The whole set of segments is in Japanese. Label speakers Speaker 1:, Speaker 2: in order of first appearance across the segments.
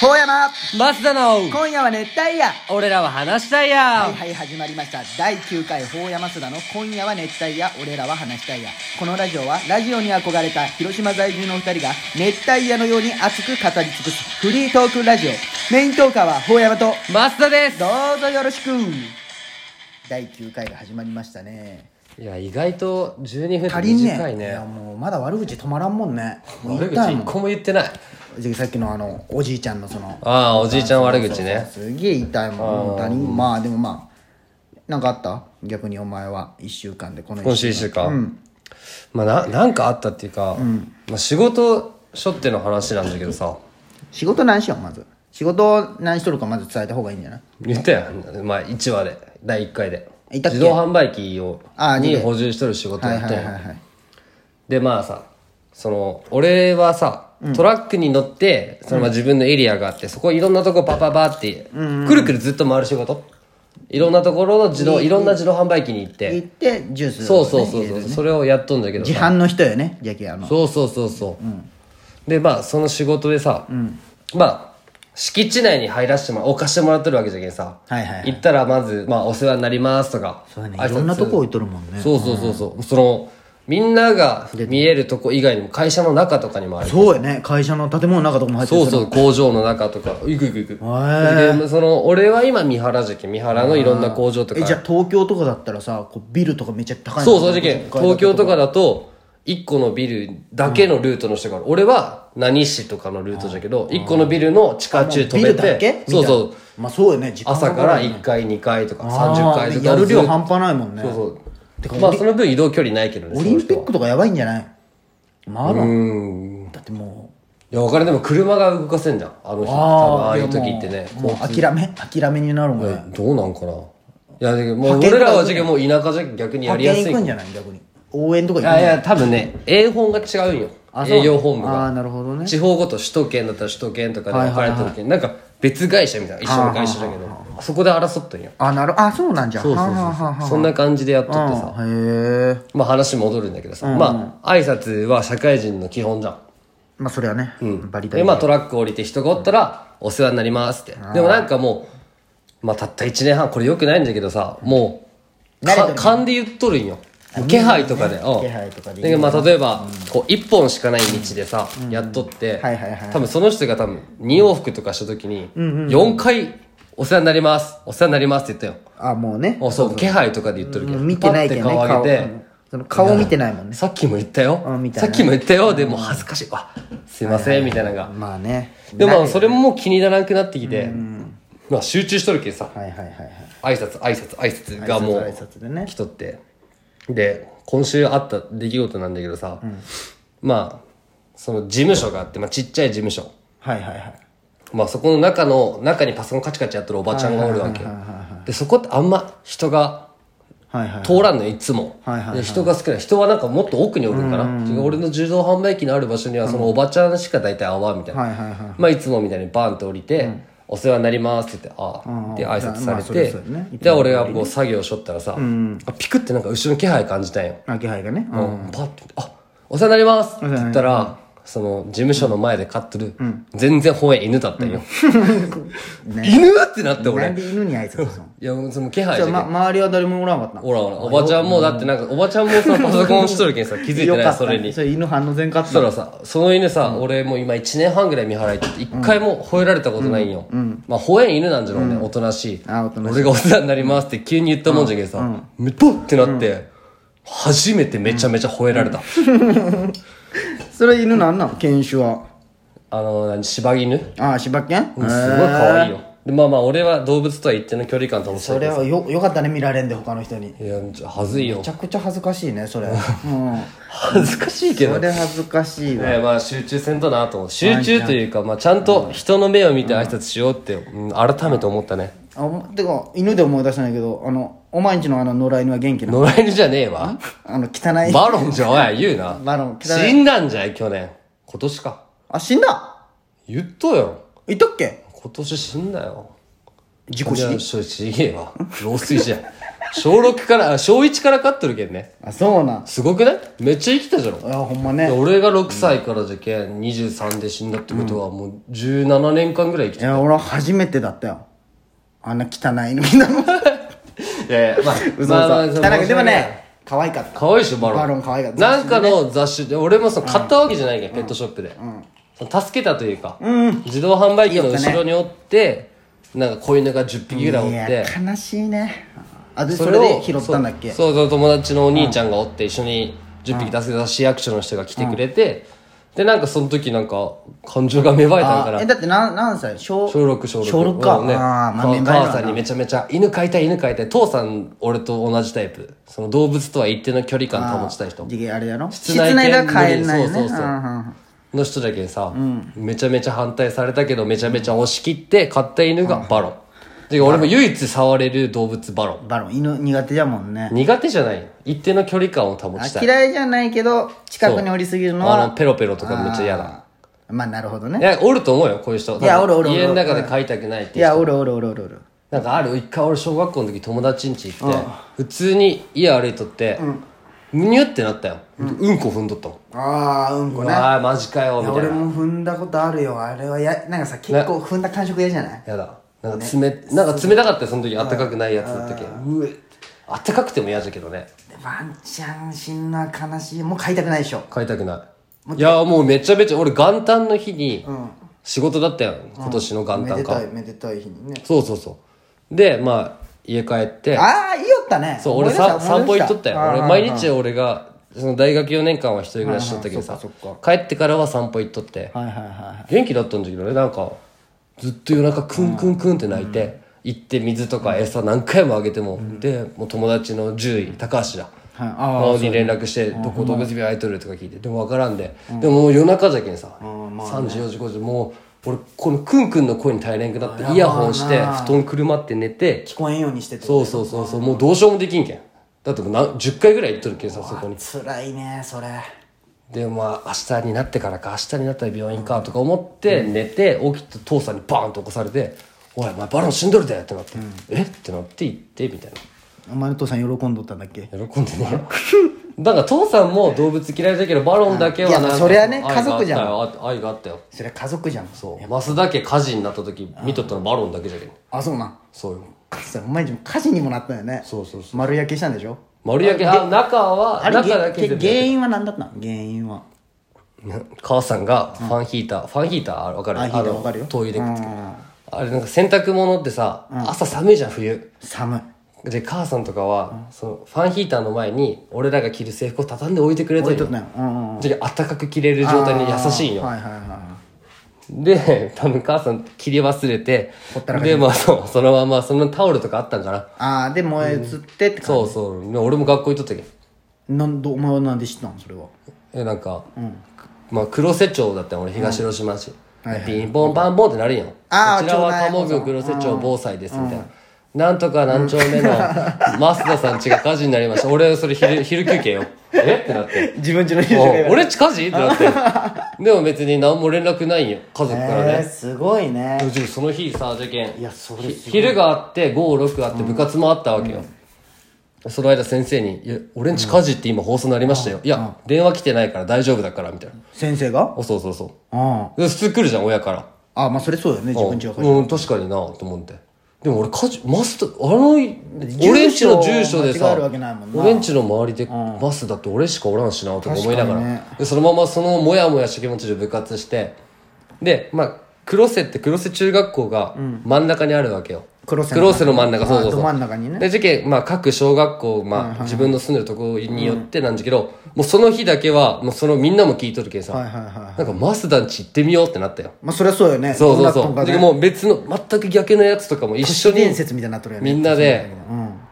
Speaker 1: 遠山
Speaker 2: 松田の
Speaker 1: 今夜は熱帯夜
Speaker 2: 俺らは話したい
Speaker 1: は
Speaker 2: や
Speaker 1: いはい始まりました第9回法山津田の今夜は熱帯夜俺らは話したいやこのラジオはラジオに憧れた広島在住のお二人が熱帯夜のように熱く語り尽くすフリートークラジオメイントーカーは法山と
Speaker 2: 松田です
Speaker 1: どうぞよろしく第9回が始まりましたね
Speaker 2: いや意外と12分って
Speaker 1: 足りんね
Speaker 2: 短い
Speaker 1: いや
Speaker 2: ね
Speaker 1: もうまだ悪口止まらんもんねもう
Speaker 2: 悪
Speaker 1: 言っ
Speaker 2: 口
Speaker 1: たい
Speaker 2: 一
Speaker 1: もん
Speaker 2: 個も言ってない
Speaker 1: じゃあさっきのあのおじいちゃんのその
Speaker 2: ああおじいちゃん悪口ね
Speaker 1: そうそうすげえ痛いもん他人まあでもまあなんかあった逆にお前は1週間でこの
Speaker 2: 今週1週間、まあななんかあったっていうか、まあ、仕事しょっての話なんだけどさ
Speaker 1: 仕事何しようまず仕事何しとるかまず伝えた方がいいんじゃない
Speaker 2: 言ったやん、まあ、1話で第1回で
Speaker 1: いたっけ
Speaker 2: 自動販売機を
Speaker 1: ああ
Speaker 2: に
Speaker 1: で
Speaker 2: 補充しとる仕事
Speaker 1: は
Speaker 2: や
Speaker 1: い
Speaker 2: った
Speaker 1: は
Speaker 2: ん
Speaker 1: い
Speaker 2: や
Speaker 1: はいはい
Speaker 2: でまあさその俺はさトラックに乗って、そのまあ自分のエリアがあってそこいろんなとこパパパって、くるくるずっと回る仕事いろんなところの自動いろんな自動販売機に行って、
Speaker 1: 行ってジュース
Speaker 2: そう
Speaker 1: を
Speaker 2: そうそうそう、それをやっとんだけどさ
Speaker 1: 自販の人よねじゃけあの
Speaker 2: そうそうそうそう、でまあその仕事でさ、まあ敷地内に入らせてもら置かしてもらってるわけじゃけんさ、
Speaker 1: はいはいはい
Speaker 2: 行ったらまず、まあ、お世話になりますとか
Speaker 1: そうやね
Speaker 2: 挨拶
Speaker 1: いろんなとこ置いとるもんね
Speaker 2: そうそうそうそう、そのみんなが見えるとこ以外にも会社の中とかにもある
Speaker 1: そうやね会社の建物の中とかも入って
Speaker 2: そ
Speaker 1: る
Speaker 2: うそう工場の中とか行く行く行く
Speaker 1: へ
Speaker 2: でその俺は今三原じゃけん三原のいろんな工場とか
Speaker 1: えじゃあ東京とかだったらさこうビルとかめっちゃ高いの
Speaker 2: そうそうじゃけん東京とかだと1個のビルだけのルートの人がある、俺は何市とかのルートじゃけど1個のビルの地下中飛
Speaker 1: ビ
Speaker 2: べ
Speaker 1: ルだけ
Speaker 2: てそうそう
Speaker 1: うまあそうよね時間
Speaker 2: 朝
Speaker 1: か
Speaker 2: か
Speaker 1: る
Speaker 2: ら1階2階とか30階とか
Speaker 1: やる量
Speaker 2: ずっと
Speaker 1: 半端ないもんね
Speaker 2: そうそうまあその分移動距離ないけどね
Speaker 1: オリンピ
Speaker 2: その人
Speaker 1: ッ
Speaker 2: は
Speaker 1: クとかやばいんじゃない回らん
Speaker 2: うん
Speaker 1: だっても
Speaker 2: いや分からんでも車が動かせんじゃんあの
Speaker 1: う
Speaker 2: 人多分ああいう時ってね
Speaker 1: もうもう諦め諦めになるもんね
Speaker 2: どうなんかないやでもう
Speaker 1: 派遣
Speaker 2: 俺らは
Speaker 1: とか
Speaker 2: じゃけんもう田舎じゃけん逆に
Speaker 1: 派
Speaker 2: やりや
Speaker 1: 遣
Speaker 2: す
Speaker 1: 行
Speaker 2: い
Speaker 1: くんじゃない逆に応援とか行くん
Speaker 2: あい
Speaker 1: じゃない
Speaker 2: や多分ね A 本が違うんよ
Speaker 1: あそう
Speaker 2: 営業本部が
Speaker 1: あーなるほどね
Speaker 2: 地方ごと首都圏だったら首都圏とかで分かれてるけどなんか別会社みたいな一緒の会社だけどそこで争っとんよ
Speaker 1: あなるあそうなんじゃ
Speaker 2: そうそう
Speaker 1: はあはあ
Speaker 2: そ
Speaker 1: はあ
Speaker 2: うそんな感じでやっとってさ
Speaker 1: あへえ
Speaker 2: まあ話戻るんだけどさまあ挨拶は社会人の基本じゃん
Speaker 1: まあそれはねバリだ
Speaker 2: でまあトラック降りて人がおったら「お世話になります」ってでもなんかもうまあたった1年半これよくないんだけどさもう
Speaker 1: 慣れて
Speaker 2: か
Speaker 1: る
Speaker 2: 勘で言っとるんよ気配とかで、うん
Speaker 1: 気配とかで
Speaker 2: だけどまあ例えば、こう1本しかない道でさ、やっとって、
Speaker 1: はいはいはい
Speaker 2: 多分その人が多分2往復とかした時に、4回「お世話になります」「お世話になります」って言ったよ
Speaker 1: あもうね
Speaker 2: あそう気配とかで言っとるけど、
Speaker 1: 見てないけどね
Speaker 2: パッて顔上げて、
Speaker 1: 顔うんその顔見てないもんね
Speaker 2: さっきも言ったよ、
Speaker 1: うんみたい
Speaker 2: さ
Speaker 1: な
Speaker 2: っきも言ったよでもう恥ずかしいわすいません、みたいなのが
Speaker 1: まあね
Speaker 2: でもまあ
Speaker 1: ない
Speaker 2: それももう気にならなくなってきて、まあ集中しとるけどさ
Speaker 1: はいはいはいはい
Speaker 2: 挨拶挨拶挨拶がも
Speaker 1: 挨拶挨拶でね
Speaker 2: う来とってで今週あった出来事なんだけどさ、まあその事務所があって、まあ、ちっちゃい事務所
Speaker 1: はいはいはい
Speaker 2: まあそこの中の中にパソコンカチカチやってるおばちゃんがおるわけよでそこってあんま人が
Speaker 1: はいはい
Speaker 2: 通らんのよいつも、
Speaker 1: はいはいはい
Speaker 2: で人が少ない人はなんかもっと奥におるんかな、俺の自動販売機のある場所にはそのおばちゃんしか大体会わんみたいな、
Speaker 1: はいはいはい
Speaker 2: まあ、いつもみたいにバンと降りて、お世話になりますって言って、ああ、って挨拶さ
Speaker 1: ま
Speaker 2: れ
Speaker 1: あそりゃ
Speaker 2: て、
Speaker 1: そうやね
Speaker 2: で、俺がこう作業しとったらさ、あピクってなんか後ろの気配感じたんよ。
Speaker 1: あ気配がねうん
Speaker 2: うんパッて見て、あお世話になりますって言ったら、その事務所の前で飼ってる、全然吠え犬だったんよ。 犬ってなって
Speaker 1: な
Speaker 2: 俺
Speaker 1: ん。で犬に挨拶するの
Speaker 2: いや、もうその気配
Speaker 1: じ
Speaker 2: じ
Speaker 1: ゃ
Speaker 2: ゃ
Speaker 1: あ、
Speaker 2: けん
Speaker 1: ま、周りは誰もおらんかったな
Speaker 2: ほらほら、おばちゃんもだってなんか、おばちゃんもそのパソコンしとるけんさ、気づいて
Speaker 1: よ
Speaker 2: な
Speaker 1: か
Speaker 2: い、
Speaker 1: った
Speaker 2: それに。
Speaker 1: それ犬反応全かっ
Speaker 2: そした
Speaker 1: た
Speaker 2: らさその犬さ、俺もう今1年半ぐらい見払いって1回も吠えられたことないんよ、まあ吠えん犬なんじゃろうね、おとなしい
Speaker 1: あおとなし
Speaker 2: 俺がお世話になりますって急に言ったもんじゃけどさ、めポッてなって、初めてめちゃめちゃ吠えられた、
Speaker 1: それ犬なんなの犬種は
Speaker 2: あの何柴犬す
Speaker 1: ああ柴犬すご
Speaker 2: ごい可愛いよでまあまあ俺は動物とは一定の距離感保ちた
Speaker 1: そ
Speaker 2: いけ
Speaker 1: れ
Speaker 2: ど
Speaker 1: はよよかったね見られんで他の人にめ
Speaker 2: いやちょはずいよ
Speaker 1: ちゃくちゃ恥ずかしいねそれうん
Speaker 2: 恥ずかしいけど
Speaker 1: それ恥ずかしいわ
Speaker 2: えーまあ集中せんとなと思う集中というか、まあ、ちゃんと人の目を見て挨拶しようって、うん改めて思ったね
Speaker 1: あおてか犬で思い出したんだけどあのお前んちのあの野良犬は元気なの
Speaker 2: 野良犬じゃねえわ
Speaker 1: あの 汚い
Speaker 2: バロンじゃおい言うな
Speaker 1: バロン汚い
Speaker 2: 死んだんじゃい去年今年か
Speaker 1: あ死んだ
Speaker 2: 言っとよ
Speaker 1: いたっけ
Speaker 2: 今年死んだよ
Speaker 1: 事故死
Speaker 2: いやそれちげえわ老衰じゃん小6から、あ小1から飼っとるけんね。
Speaker 1: あそうなん
Speaker 2: すごくないめっちゃ生きたじゃろ
Speaker 1: い。やほんまね
Speaker 2: 俺が6歳からじゃけん、23で死んだってことはもう17年間ぐらい生き
Speaker 1: い
Speaker 2: て
Speaker 1: や俺は初めてだったよあんな汚い犬みんな も
Speaker 2: いやいや、 まあ、
Speaker 1: 嘘
Speaker 2: まあまあ
Speaker 1: 嘘汚くでもね可愛かった
Speaker 2: 可愛いでしょバロン
Speaker 1: バロン可愛かった
Speaker 2: なんかの雑種で俺もその買ったわけじゃないけど、ペットショップで、その助けたというか、自動販売機の後ろにおってなんか子犬が10匹ぐらいおっ
Speaker 1: いや
Speaker 2: て
Speaker 1: 悲しいねあでそれで拾ったんだっけ
Speaker 2: そうそうそう友達のお兄ちゃんがおって一緒に10匹助けた市役所の人が来てくれて、でなんかその時なんか感情が芽生えたんか
Speaker 1: あ
Speaker 2: ら
Speaker 1: えだって何何歳小
Speaker 2: 小6小6
Speaker 1: 小6か、
Speaker 2: うんね、
Speaker 1: ああまあメ
Speaker 2: お
Speaker 1: ンバーや
Speaker 2: 母
Speaker 1: ろ
Speaker 2: さんにめちゃめちゃ犬飼いたい犬飼いたい父さん俺と同じタイプその動物とは一定の距離感保ちたい人
Speaker 1: な次元あれやろ室
Speaker 2: 室
Speaker 1: 内
Speaker 2: 内
Speaker 1: が買えないよね
Speaker 2: そうそうそう
Speaker 1: あ
Speaker 2: の人だけさ、めちゃめちゃ反対されたけどめちゃめちゃ押し切って買った犬がバロン、で俺も唯一触れる動物バロ
Speaker 1: ーバロン犬苦手だもんね
Speaker 2: ン苦手じゃない一定の距離感を保
Speaker 1: あ
Speaker 2: ちたい
Speaker 1: 嫌いじゃないけど近くにおりすぎるの
Speaker 2: あの
Speaker 1: は
Speaker 2: ペロペロとかめっちゃ嫌だ
Speaker 1: あーまあなるほど
Speaker 2: い
Speaker 1: ね
Speaker 2: やおると思うよこういう人
Speaker 1: いやおるおるおる
Speaker 2: 家の中で飼いたくないって
Speaker 1: い
Speaker 2: いう人
Speaker 1: やおるおるおるおるおる
Speaker 2: なんかある一回俺小学校の時友達ん家行って普通に家歩いとってむにゅってなったようんこ踏んどったもん
Speaker 1: ああうんこ
Speaker 2: う
Speaker 1: ね
Speaker 2: わーマジかよ
Speaker 1: い
Speaker 2: み
Speaker 1: や
Speaker 2: た
Speaker 1: 俺
Speaker 2: いな
Speaker 1: も踏んだことあるよあれはやなんかさ結構踏んだ感触嫌じゃない
Speaker 2: やだなんか冷なんか冷たかったよその時暖かくないやつだったけうえ暖かくても嫌じゃけどね
Speaker 1: でワンちゃん死んな悲しいもう飼いたくないでしょ
Speaker 2: 買いたくないいやもうめちゃめちゃ俺元旦の日に仕事だったよ今年の元
Speaker 1: めで
Speaker 2: 旦
Speaker 1: た
Speaker 2: か
Speaker 1: いめでたい日にね
Speaker 2: そうそうそうでまあ家帰って
Speaker 1: ああいいよったね
Speaker 2: そう俺さ散歩行っとったよ俺毎
Speaker 1: 日
Speaker 2: 日俺がその大学4年間は一人暮らししとったけどさ
Speaker 1: はいはいそっ
Speaker 2: 帰ってからは散歩行っとって
Speaker 1: はいはいは
Speaker 2: 元気だったんだけどねなんかずっと夜中クンクンクンって泣いて行って水とか餌何回もあげてもでもう友達の獣医高橋だ
Speaker 1: はいあー
Speaker 2: 顔に連絡して「どこ動物病空いとる?」とか聞いてでも分からんででももう夜中じゃけんさ3時4時5時もう俺このクンクンの声に耐えれんくなってイヤホンして布団くるまって寝て
Speaker 1: い聞こえんようにしてて
Speaker 2: そうそうそうそうもうどうしようもできんけんだってもうな10回ぐらい行っとるけんさそこに
Speaker 1: 辛いねそれ
Speaker 2: でまあ明日になってからか明日になったら病院かとか思って寝て起きて父さんにバーンと起こされて「おいお前バロン死んどるで」ってなって「えっ?」てなって行ってみたいな
Speaker 1: お前の父さん喜んどったんだっけ
Speaker 2: 喜んで ねだから父さんも動物嫌いだけどバロンだけはなん
Speaker 1: い
Speaker 2: か
Speaker 1: やそりゃね
Speaker 2: 愛があっ
Speaker 1: 家族
Speaker 2: たよ
Speaker 1: じゃん
Speaker 2: あ愛があったよ
Speaker 1: それ家族じゃん
Speaker 2: そう増田家火事になった時見とったのバロンだけじゃけん
Speaker 1: あそうなん
Speaker 2: そうよ
Speaker 1: それお前火事にもなったよね
Speaker 2: そうそうそ
Speaker 1: 丸焼けしたんでしょ
Speaker 2: 丸焼けあ中は
Speaker 1: あれ
Speaker 2: 中だけ
Speaker 1: げ
Speaker 2: 全部
Speaker 1: 原因は何だったの原因は
Speaker 2: 母さんがファンヒーター、ファンヒーターあれわかる
Speaker 1: あヒーター
Speaker 2: の
Speaker 1: わかるよ
Speaker 2: 灯油でくっつけて
Speaker 1: うん
Speaker 2: あれなんか洗濯物ってさ、朝寒いじゃん冬
Speaker 1: 寒い
Speaker 2: で母さんとかは、そのファンヒーターの前に俺らが着る制服を畳んで置いてくれと
Speaker 1: 置い
Speaker 2: る
Speaker 1: とったようんうん
Speaker 2: で暖かく着れる状態に優しいんよ
Speaker 1: はいはいは
Speaker 2: で多分母さん着り忘れて
Speaker 1: ほったらかし
Speaker 2: でまあそうそのままそのタオルとかあったんかない
Speaker 1: ああで燃え移ってって
Speaker 2: そううそうで俺も学校行っとったけど
Speaker 1: なんどお前はなんで知ったんそれは
Speaker 2: えなんか、まあ黒瀬町だったよ俺東広島市、
Speaker 1: はいはい
Speaker 2: ピンポンパンポンってなるんよこち
Speaker 1: あー
Speaker 2: らは
Speaker 1: 町内
Speaker 2: 鴨郡黒瀬町防災ですみたいな、なんとか何丁目の 増田さん家が火事になりました俺それ昼昼休憩よえってなって
Speaker 1: 自分ちの
Speaker 2: お
Speaker 1: 家
Speaker 2: 俺家火事ってなってでも別に何も連絡ないんよ家族から
Speaker 1: えー、
Speaker 2: ね、
Speaker 1: すごいね
Speaker 2: でもその日さじゃけん
Speaker 1: いやそれ
Speaker 2: ひ昼があって56あって部活もあったわけよ、その間先生に「いや俺んち火事って今放送になりましたよ、いや、電話来てないから大丈夫だから」みたいな
Speaker 1: 先生が
Speaker 2: おそうそうそう
Speaker 1: あ
Speaker 2: で普通来るじゃん親から
Speaker 1: ああまあそれそうだよね自分ちは
Speaker 2: うん確かになと思ってでも俺家事マスターあの俺んちの住所で
Speaker 1: 間違え
Speaker 2: さ
Speaker 1: るわけないもんな
Speaker 2: 俺んちの周りでマスだって俺しかおらんしなとか思いなが
Speaker 1: 確か
Speaker 2: ら、
Speaker 1: にね
Speaker 2: でそのままそのモヤモヤした気持ちで部活してでまあ黒瀬って黒瀬中学校が真ん中にあるわけよ、
Speaker 1: 黒瀬の
Speaker 2: 黒瀬の真ん中そうそう
Speaker 1: あ
Speaker 2: そ
Speaker 1: ど
Speaker 2: う
Speaker 1: 真ん中にね
Speaker 2: で事件、まあ、各小学校、まあ、自分の住んでるところによってなんだけど、もうその日だけはもうそのみんなも聞いとるけんさ、
Speaker 1: はいはいはい
Speaker 2: なんかマスダンチ行ってみようってなったよ
Speaker 1: まあそれはそうよね
Speaker 2: そうそうそ
Speaker 1: ど
Speaker 2: う。
Speaker 1: んなとんか
Speaker 2: で
Speaker 1: ね
Speaker 2: もう別の、全く逆のやつとかも一緒
Speaker 1: 都市伝
Speaker 2: に、
Speaker 1: 説みたいになっとるよね
Speaker 2: みんなで、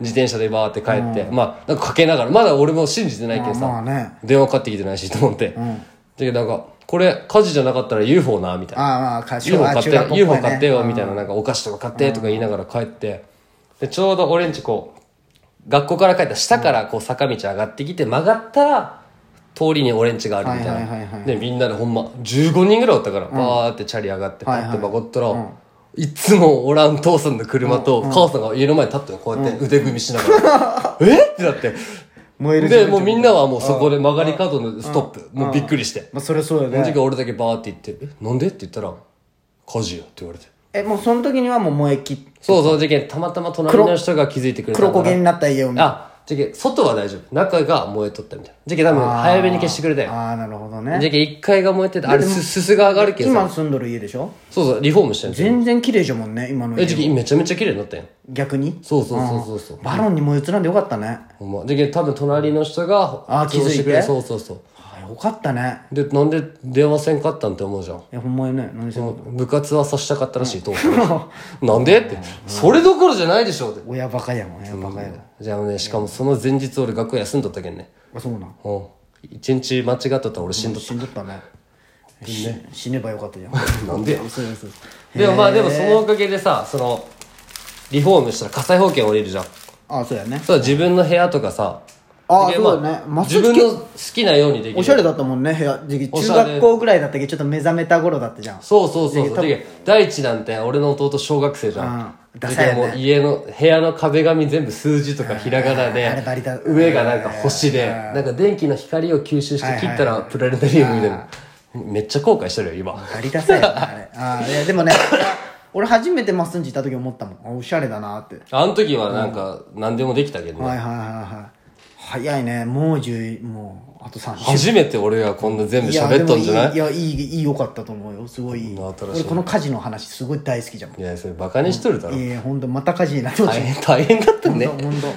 Speaker 2: 自転車でバーって帰って、まあ、なんかかけながら、まだ俺も信じてないけど
Speaker 1: まあ
Speaker 2: さ、
Speaker 1: ね
Speaker 2: 電話かかってきてないしと思って。だけどなんか、これ火事じゃなかったら UFO な、みたいな。
Speaker 1: あああか
Speaker 2: UFO 買って
Speaker 1: 学
Speaker 2: よ、
Speaker 1: 校
Speaker 2: UFO 買って
Speaker 1: ね
Speaker 2: よ、みたいな、なんかお菓子とか買ってとか言いながら帰って、で、ちょうど俺んちこう、学校から帰ったら下からこう坂道上がってきて曲がったら、通りに俺んちがあるみた
Speaker 1: はいはいはい
Speaker 2: い
Speaker 1: は
Speaker 2: な。で、みんなでほんま、15人ぐらいおったから、バーってチャリ上がって、パッて曲がったら、いつもおらん父さんの車と、母さんが家の前に立ってるこうやって腕組みし ながら、えってなって。
Speaker 1: 燃える
Speaker 2: で、もうみんなはもうそこで曲がり角のストップ。もうびっくりして。
Speaker 1: まあそれそうよ
Speaker 2: その時
Speaker 1: ね
Speaker 2: 俺だけバーって言って、え、なんでって言ったら、火事やって言われて。
Speaker 1: えもうその時にはもう燃えき
Speaker 2: そう、その事件、たまたま隣の人が気づいてくれた
Speaker 1: 黒
Speaker 2: か
Speaker 1: 焦げに
Speaker 2: ら。
Speaker 1: なった家を見
Speaker 2: あ、じゃけ、外は大丈夫。中が燃えとったみたいな。じゃけ、多分早めに消してくれたよ。
Speaker 1: ああなるほど
Speaker 2: じ
Speaker 1: ね
Speaker 2: ゃけ、1階が燃えてて、あれ、す、すすが上がるけどさ。
Speaker 1: 今住んどる家でしょ
Speaker 2: そうそう、リフォームしたんですよ。
Speaker 1: 全然綺麗じゃもんね今の
Speaker 2: え、じゃ
Speaker 1: 家
Speaker 2: け、めちゃめちゃ綺麗になったよ。
Speaker 1: 逆に
Speaker 2: そうそうそうそうそう。
Speaker 1: バロンに燃え移らんでよかったね
Speaker 2: ほんま。で、多分隣の人が、
Speaker 1: あー気づいて
Speaker 2: そうしくれそうそうそ
Speaker 1: あよかったね
Speaker 2: う。で、なんで電話せんかったんって思うじゃん。
Speaker 1: えほんまにね何せ
Speaker 2: 部活はさしたかったらしいと 思う。なんでって。それどころじゃないでしょって。
Speaker 1: 親バカやもん親バカや
Speaker 2: じゃあね、しかもその前日俺学校休んどったけんね。
Speaker 1: あそうなん
Speaker 2: うん。一日間違っとったら俺死んどっ
Speaker 1: 死んどったねし死ねばよかったじゃん
Speaker 2: なん で
Speaker 1: そうですそうです
Speaker 2: た。でもまあでもそのおかげでさ、その、リフォームしたら火災保険降りるじゃん。
Speaker 1: あそうやね
Speaker 2: そう自分の部屋とかさ、
Speaker 1: あ
Speaker 2: で
Speaker 1: そうだね
Speaker 2: まあ
Speaker 1: マス
Speaker 2: 自
Speaker 1: ク
Speaker 2: 分の好きなようにでき
Speaker 1: お
Speaker 2: る
Speaker 1: しゃ。れだったもんね部屋時期
Speaker 2: お
Speaker 1: 中
Speaker 2: しゃれ
Speaker 1: 学校ぐらいだったけどちょっと目覚めた頃だったじゃん
Speaker 2: そうそうそうそう。で大地なんて俺の弟小学生じゃん。
Speaker 1: うん
Speaker 2: で
Speaker 1: ダサいよね
Speaker 2: もう家の、部屋の壁紙全部数字とかひらがな
Speaker 1: あれバリ
Speaker 2: で
Speaker 1: だ、
Speaker 2: 上がなんか星で、なんか電気の光を吸収して切ったらプラネタリウムみたいな。めっちゃ後悔してるよ、今。
Speaker 1: ありださいよね あれあーいやでもね 俺初めてマッスンジ行った時思ったもんあおしゃれだなって
Speaker 2: あの時はなんか何でもできたけどね。
Speaker 1: はいはいはいはい早いねもう10もうあと3
Speaker 2: 初めて俺がこんな全部
Speaker 1: いや
Speaker 2: 喋っとんじゃない
Speaker 1: でもいいいやいいいいよかったと思うよすごいいい
Speaker 2: こんな新しい
Speaker 1: 俺この家事の話すごい大好きじゃん
Speaker 2: いや、それバカにしとるだろ。
Speaker 1: いや本当また家事になってほし
Speaker 2: 大
Speaker 1: い
Speaker 2: 変、大変だった
Speaker 1: 本
Speaker 2: ね
Speaker 1: 当。本当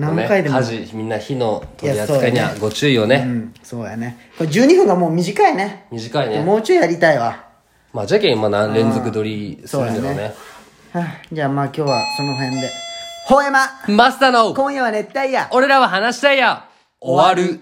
Speaker 1: 何回でも
Speaker 2: ごめん家事、みんな火の取り扱い
Speaker 1: い
Speaker 2: に
Speaker 1: や
Speaker 2: は
Speaker 1: そう
Speaker 2: ご注意を
Speaker 1: う
Speaker 2: ね。
Speaker 1: んそうやねこれ12分がもう短いね
Speaker 2: 短いね。
Speaker 1: もうちょいやりたいわ
Speaker 2: まあ、じゃけん今何連続撮りするんだろうね。
Speaker 1: はあじゃあまあ今日はその辺でほうやま
Speaker 2: マスターの
Speaker 1: 今夜は熱帯夜
Speaker 2: 俺らは話したいや終わる。